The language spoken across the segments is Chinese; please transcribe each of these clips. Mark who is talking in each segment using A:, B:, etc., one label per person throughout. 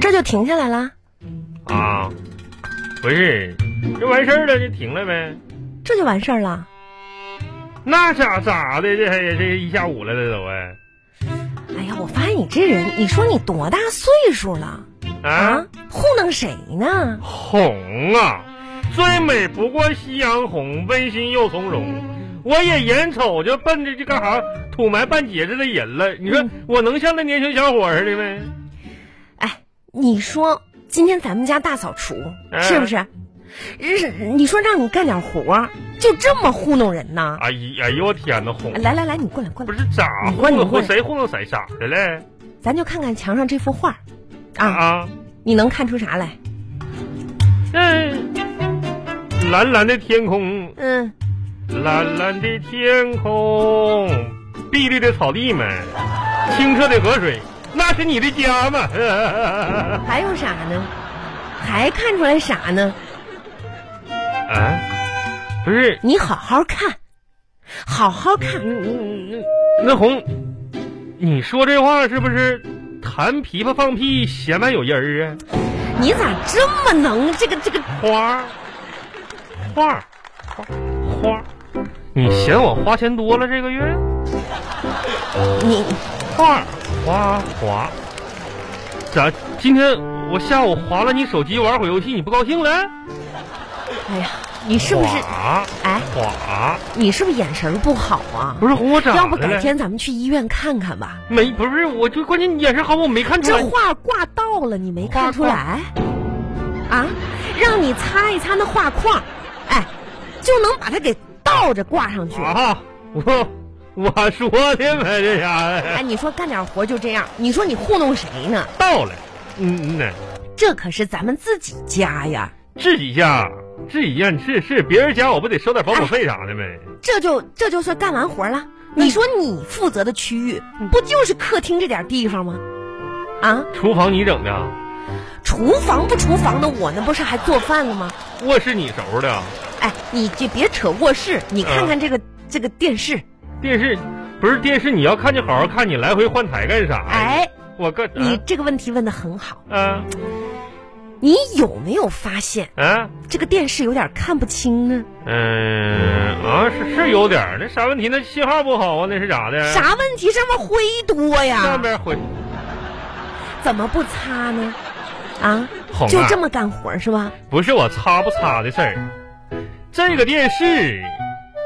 A: 这就停下来了，
B: 啊，不是，这完事儿了就停了呗。
A: 这就完事儿了。
B: 那咋咋的？这还这一下午了，这都哎
A: 哎呀，我发现你这人，你说你多大岁数了啊
B: 啊？
A: 糊弄谁呢？
B: 红啊，最美不过夕阳红，温馨又从容。我也眼瞅着奔着这干啥土埋半截子的人了，你说
A: 嗯
B: 我能像那年轻小伙似的呗？
A: 哎，你说今天咱们家大扫除
B: 哎
A: 是不是？日你说让你干点活儿，就这么糊弄人呢？
B: 哎呀，哎呦我天哪，红！
A: 来来来，你过来过
B: 不
A: 来，
B: 是咋
A: 你
B: 糊
A: 问你
B: 弄糊
A: 问
B: 谁糊弄谁咋的嘞？
A: 咱就看看墙上这幅画儿，啊，
B: 啊，
A: 你能看出啥来？
B: 哎，蓝蓝的天空，
A: 嗯，
B: 蓝蓝的天空，碧绿的草地们，清澈的河水，那是你的家吗？
A: 还有啥呢？还看出来啥呢？
B: 啊，不是，嗯
A: 你好好看，好好看。
B: 那那那红，你说这话是不是弹琵琶放屁弦外有音儿啊？
A: 你咋这么能这个这个？
B: 花儿，花儿，花儿，花儿，你嫌我花钱多了这个月？
A: 你
B: 画花滑，咋？今天我下午划了你手机玩会儿游戏，你不高兴了？
A: 哎呀，你是不是？
B: 滑
A: 哎，
B: 滑，
A: 你是不是眼神儿不好啊？
B: 不是哄我咋的了？
A: 要不改天咱们去医院看看吧。
B: 没不是，我就关键你眼神好，我没看出
A: 这
B: 来。
A: 画挂到了，你没看出来？啊，让你擦一擦那画框，哎，就能把它给倒着挂上去。
B: 啊，我我说的呗，这啥
A: 哎，
B: 的
A: 你说干点活就这样，你说你糊弄谁呢？
B: 到了，嗯嗯呢，
A: 这可是咱们自己家呀，
B: 治几下，治几下，是是别人家我不得收点保姆费啥的呗？
A: 这就这就算干完活了。你说你负责的区域不就是客厅这点地方吗？啊，
B: 厨房你整的，
A: 厨房不厨房的我那不是还做饭了吗？
B: 卧室你收的，
A: 哎，你就别扯卧室，你看看这个、这个电视，
B: 电视不是电视，你要看就好好看，你来回换台干啥呀？
A: 哎，
B: 我个
A: 你这个问题问的很好。
B: 啊
A: 你有没有发现
B: 啊
A: 这个电视有点看不清呢？
B: 嗯啊是是有点儿那啥问题，那信号不好啊，那是咋的？
A: 啥问题？上面灰多呀
B: 上，边回
A: 怎么不擦呢？啊，
B: 红啊
A: 就这么干活是吧？
B: 不是我擦不擦的事儿，这个电视。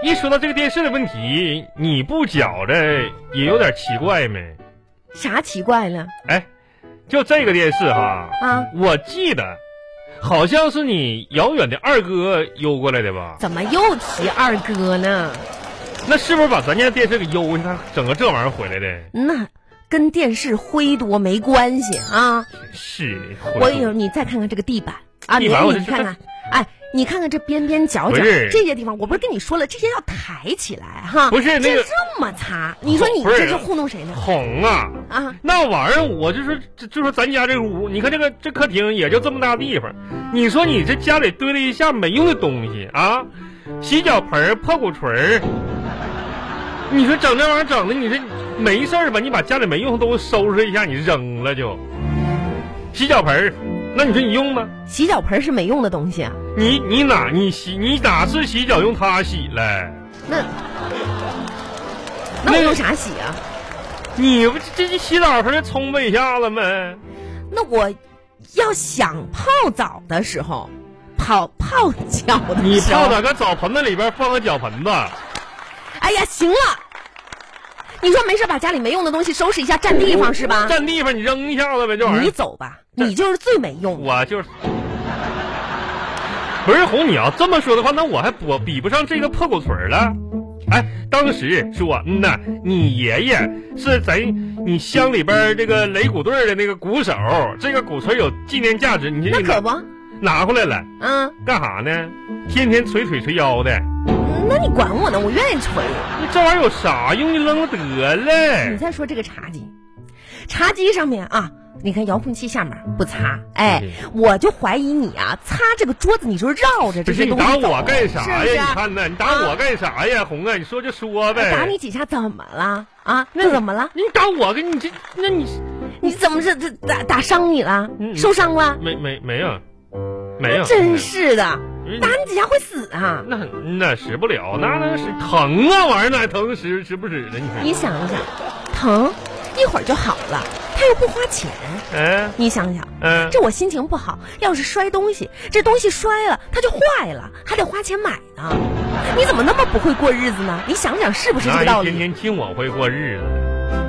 B: 一说到这个电视的问题，你不觉着也有点奇怪没？
A: 啥奇怪了
B: 哎，就这个电视哈，
A: 啊？
B: 我记得好像是你遥远的二哥邮过来的吧？
A: 怎么又提二哥呢？
B: 那是不是把咱家电视给邮去，他整个这玩意儿回来的？
A: 那跟电视灰多没关系啊！
B: 是，
A: 我有你再看看这个地板啊，
B: 地
A: 你
B: 板我
A: 你
B: 就
A: 看看，哎，你看看这边边角
B: 不
A: 角
B: 是
A: 这些地方，我不是跟你说了，这些要抬起来哈。
B: 不是那
A: 这
B: 个
A: 这么擦，你说你
B: 不是
A: 这是糊弄谁呢？
B: 红啊，
A: 啊，
B: 那玩意儿，我就说，就就说咱家这屋，你看这个这客厅也就这么大地方，你说你这家里堆了一下没用的东西啊，洗脚盆儿、破骨锤儿，你说整这玩意儿整的，你这没事儿吧？你把家里没用的东西收拾一下，你扔了就。洗脚盆儿，那你说你用吗？
A: 洗脚盆是没用的东西啊。
B: 你你哪你洗你哪次洗脚用它洗了？
A: 那那我
B: 那
A: 用啥洗啊？
B: 你不这这洗澡时候就冲呗一下子吗？
A: 那我要想泡澡的时候，泡泡脚的
B: 你
A: 时候
B: 泡在个澡盆子里边放个脚盆子，
A: 哎呀，行了，你说没事把家里没用的东西收拾一下，占地方是吧？
B: 占地方你扔一下子呗，这玩意
A: 你
B: 儿。
A: 走吧，
B: 这
A: 你就是最没用的。
B: 我就是，不是红，你要这么说的话，那我还我比不上这个破狗腿儿了。哎，当时说，嗯呐，你爷爷是咱你乡里边儿这个擂鼓队儿的那个鼓手，这个鼓槌有纪念价值，你
A: 那
B: 这
A: 可
B: 拿
A: 不，
B: 拿回来了，
A: 啊，
B: 干啥呢？天天捶腿捶腰的，
A: 那你管我呢？我愿意锤。
B: 你这玩意儿有啥用？你扔了得
A: 你
B: 了。
A: 再说这个茶几，茶几上面啊，你看遥控器下面不擦，哎
B: 对，
A: 我就怀疑你啊，擦这个桌子你就是绕着
B: 不
A: 这
B: 是
A: 些
B: 你
A: 东
B: 打
A: 西走，
B: 我干啥呀？
A: 是不是啊
B: 你看呐，你打我干啥呀？红啊，你说就说
A: 我
B: 呗。
A: 打你几下怎么了啊？
B: 那你
A: 怎么了？
B: 你打我跟你这，那你
A: 你怎么是这打打伤你了？
B: 嗯
A: 受伤了？
B: 没没没有，没有，
A: 真是的，
B: 嗯
A: 打你几下会死啊！
B: 那那使不了，那那使疼啊，玩意儿哪疼使使不使呢？你
A: 你想一想，疼一会儿就好了，他又不花钱。
B: 嗯
A: 你想想，
B: 嗯，
A: 这我心情不好，要是摔东西，这东西摔了它就坏了，还得花钱买呢。你怎么那么不会过日子呢？你想想 是不是这
B: 那
A: 个道
B: 一天
A: 理？
B: 天听我会过日子。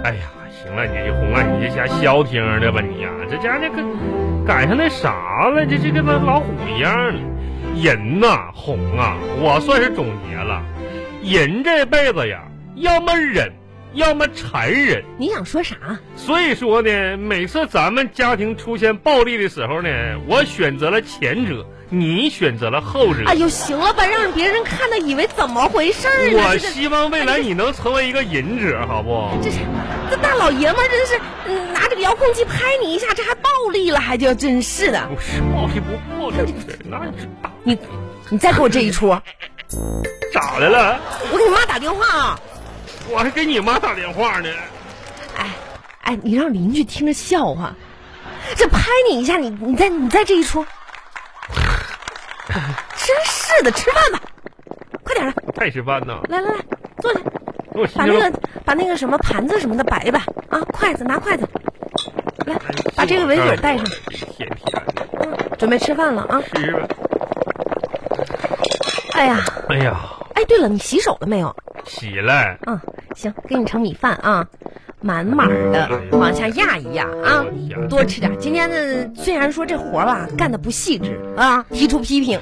B: 哎呀，行了，你这红啊，你这家消停的吧你呀、这家这个赶上那啥了，这这跟那老虎一样了。人呐、红啊，我算是总结了，人这辈子呀，要么忍，要么残忍。
A: 你想说啥？
B: 所以说呢，每次咱们家庭出现暴力的时候呢，我选择了前者，你选择了后者。
A: 哎呦，行了吧，让别人看到以为怎么回事儿呢？
B: 我
A: 这个
B: 希望未来你能成为一个忍者，好不？
A: 这是这大老爷们儿真是，嗯，拿这个遥控器拍你一下，这还暴力了，还就真是的。
B: 不是暴力不暴力，那你
A: 你你再给我这一出，我
B: 咋的了？
A: 给你妈打电话啊！
B: 我还给你妈打电话呢。
A: 哎哎，你让邻居听着笑话，这拍你一下，你你再你再这一出，真是的，吃饭吧，快点儿的，
B: 快吃饭呢，
A: 来来来，坐下，
B: 给我
A: 把
B: 吃
A: 那
B: 了。
A: 个把那个什么盘子什么的摆一摆啊，筷子拿筷子，来把这个围嘴戴上，
B: 甜甜的
A: 嗯，准备吃饭了啊！
B: 吃吧。
A: 哎呀，
B: 哎呀，
A: 哎，对了，你洗手了没有？
B: 起来，
A: 嗯，行，给你盛米饭啊，满满的往下压一压啊，多吃点。今天呢，虽然说这活儿吧干的不细致啊，提出批评，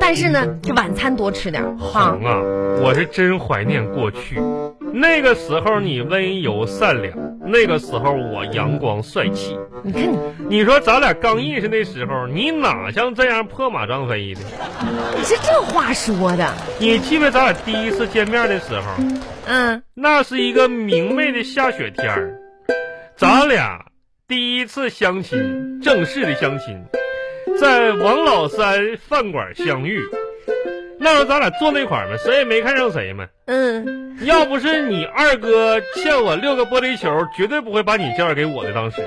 A: 但是呢，这晚餐多吃点儿啊
B: 红。啊！我是真怀念过去，那个时候你温柔善良，那个时候我阳光帅气。
A: 你看你，
B: 你说咱俩刚认识那时候，你哪像这样破马张飞的？
A: 你是这话说的，
B: 你记不记得咱俩第一次见面的时候，
A: 嗯，
B: 那是一个明媚的下雪天儿，咱俩第一次相亲，正式的相亲，在王老三饭馆相遇。那时候咱俩坐那块儿嘛，谁也没看上谁嘛。
A: 嗯，
B: 要不是你二哥欠我六个玻璃球，绝对不会把你介绍给我的。当时，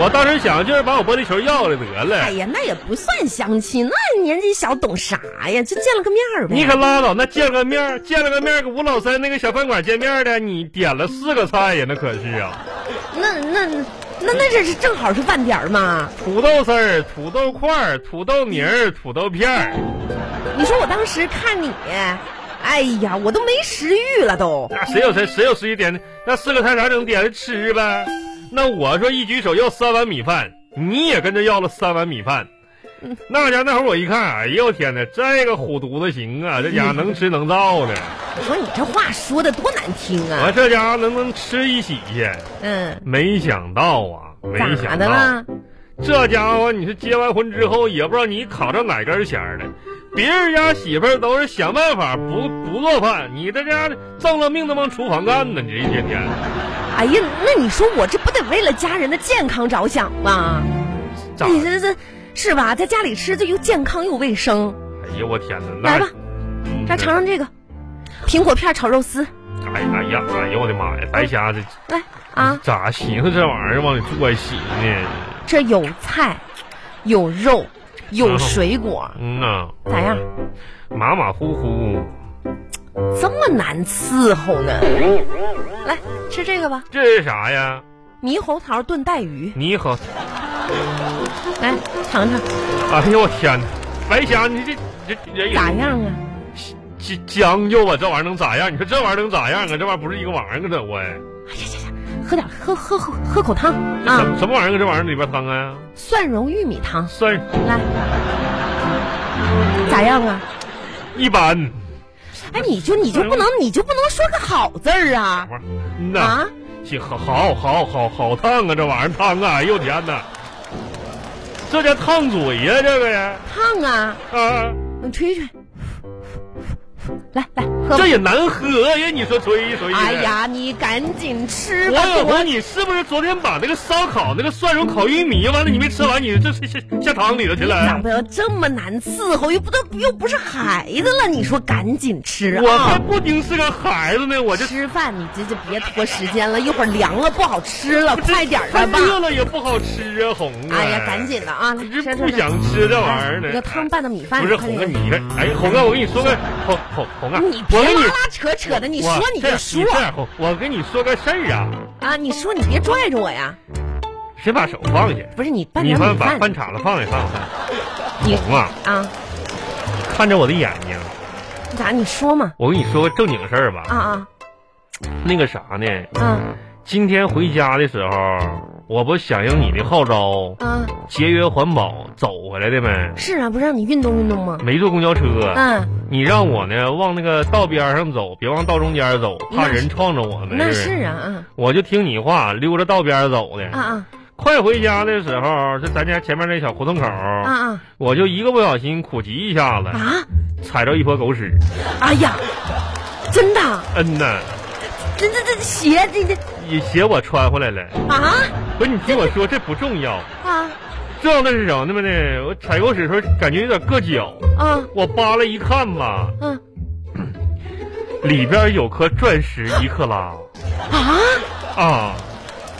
B: 我当时想就是把我玻璃球要了得了。
A: 哎呀，那也不算相亲，那年纪小懂啥呀？就见了个面儿呗。
B: 你可拉倒，那见个面儿，见了个面儿，搁吴老三那个小饭馆见面的，你点了四个菜呀，那可是啊，
A: 那那那那这是正好是饭点儿嘛？
B: 土豆丝儿、土豆块儿、土豆泥儿、土豆片儿，
A: 你说我当时看你，哎呀，我都没食欲了都。
B: 那谁有谁谁有时间点的？那四个菜啥整点着吃呗？那我说一举手要三碗米饭，你也跟着要了三碗米饭。那家那会儿我一看，哎呦我天哪，这个虎犊子行啊，这家伙能吃能造 的，
A: 你说你这话说的多难听啊！
B: 我这家伙能能吃一起去，
A: 嗯，
B: 没想到啊，没
A: 咋
B: 想
A: 的
B: 到。
A: 啦？
B: 这家伙，你是结完婚之后也不知道你烤上哪根弦儿了。别人家媳妇儿都是想办法不不做饭，你这家挣了命的往厨房干呢，你这一天天。
A: 哎呀，那你说我这不得为了家人的健康着想吗？
B: 咋？
A: 你这这是吧？在家里吃这又健康又卫生。
B: 哎呀，我天哪！那
A: 来吧，
B: 嗯
A: 来尝尝这个苹果片炒肉丝，
B: 哎哎呀，哎呀，我的妈呀！白瞎这
A: 来啊！
B: 咋寻思这玩意儿往里做洗呢？
A: 这有菜，有肉，有水果，
B: 嗯呐，
A: 咋样？
B: 马马虎虎，
A: 这么难伺候呢？来吃这个吧，
B: 这是啥呀？
A: 猕猴桃炖带鱼，
B: 你好，
A: 来尝尝
B: 哎呀，我天哪！白瞎，你这这这人
A: 咋样啊？
B: 将将就吧，这玩意儿能咋样？你说这玩意儿能咋样啊？这玩意儿不是一个玩意儿啊，这我
A: 哎呀呀呀，喝点喝喝喝喝口汤啊！
B: 什么什么玩意儿搁这玩意儿里边汤啊？
A: 蒜蓉玉米汤，
B: 算
A: 来，咋样啊？
B: 一般。
A: 哎，你就你就不能你就不能说个好字儿啊？
B: 玩意儿嗯呐，
A: 啊，
B: 行好好好好好烫啊，这玩意儿烫啊！哎呦天哪，这叫烫嘴呀、这个呀
A: 烫啊！
B: 啊！
A: 你吹一吹，来来，喝
B: 这也难喝呀！你说随意随意。
A: 哎，呀，你赶紧吃吧，
B: 王小
A: 多
B: 红，你是不是昨天把那个烧烤、那个蒜蓉烤玉米，完了你没吃完，你这是下下塘里头去
A: 咋
B: 了？
A: 不要这么难伺候？又不都又不是孩子了，你说赶紧吃
B: 我还
A: 啊！
B: 不丁是个孩子呢，我这
A: 吃饭你这就别拖时间了，一会儿凉了不好吃了，快点儿
B: 太
A: 了吧！
B: 热了也不好吃啊，红啊！
A: 哎呀，赶紧的啊！
B: 你
A: 吃
B: 这
A: 吃
B: 不
A: 吃
B: 想吃这玩意
A: 哎
B: 儿呢？
A: 那汤拌的米饭
B: 不是
A: 快
B: 红啊，
A: 点
B: 你看，哎，红啊，我跟你说个红红红 啊，
A: 你
B: 我
A: 别
B: 跟
A: 拉
B: 你
A: 拉扯扯的，你说
B: 我
A: 你就
B: 这样
A: 说
B: 你这样红，我跟你说个事儿啊，
A: 啊！你说你别拽着我呀！
B: 谁把手放下？
A: 不是你拌
B: 你
A: 点
B: 翻
A: 米
B: 把
A: 饭，
B: 饭叉子放下，放下，
A: 你
B: 放下红啊，
A: 啊，
B: 看着我的眼睛，
A: 咋你说嘛？
B: 我跟你说个正经事儿吧。
A: 啊啊
B: 那个啥呢？
A: 啊
B: 今天回家的时候，我不响应你的号召，
A: 啊！
B: 节约环保走回来的呗。
A: 是啊，不让你运动运动吗？
B: 没坐公交车，
A: 嗯，
B: 你让我呢往那个道边上走，别往道中间走，怕
A: 那是
B: 人撞着我们。
A: 那
B: 是不是
A: 是啊
B: 我就听你话，溜着道边走的。
A: 啊啊
B: 快回家的时候，这咱家前面那小胡同口，
A: 啊啊
B: 我就一个不小心苦急一下子，
A: 啊啊！
B: 踩着一坨狗屎。
A: 哎呀，真的，
B: 嗯呐，
A: 这这这鞋这这
B: 也鞋我穿回来了。
A: 啊
B: 不是你听我说，这不重要，
A: 啊
B: 重要的是什么呢？我踩狗屎的时候感觉有点硌脚，
A: 啊
B: 我扒拉一看吧，
A: 嗯
B: 里边有颗钻石一克拉
A: 啊！
B: 啊，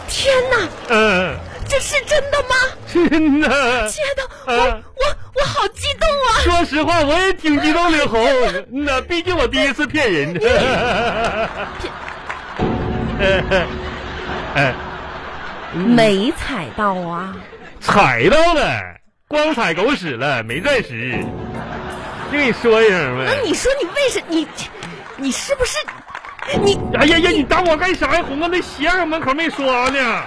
A: 天哪，
B: 嗯、
A: 这是真的吗？
B: 真的。
A: 亲爱的，我
B: 啊
A: 我我好激动啊！
B: 说实话，我也挺激动的，红。嗯呐，毕竟我第一次骗人。 哎，嗯
A: 没踩到啊！
B: 踩到了，光踩狗屎了，没钻石。就跟你说一声
A: 那
B: 呗。
A: 你说你为什你你是不是你
B: 哎呀呀，你打我干啥呀，红啊？那鞋儿门口没刷呢。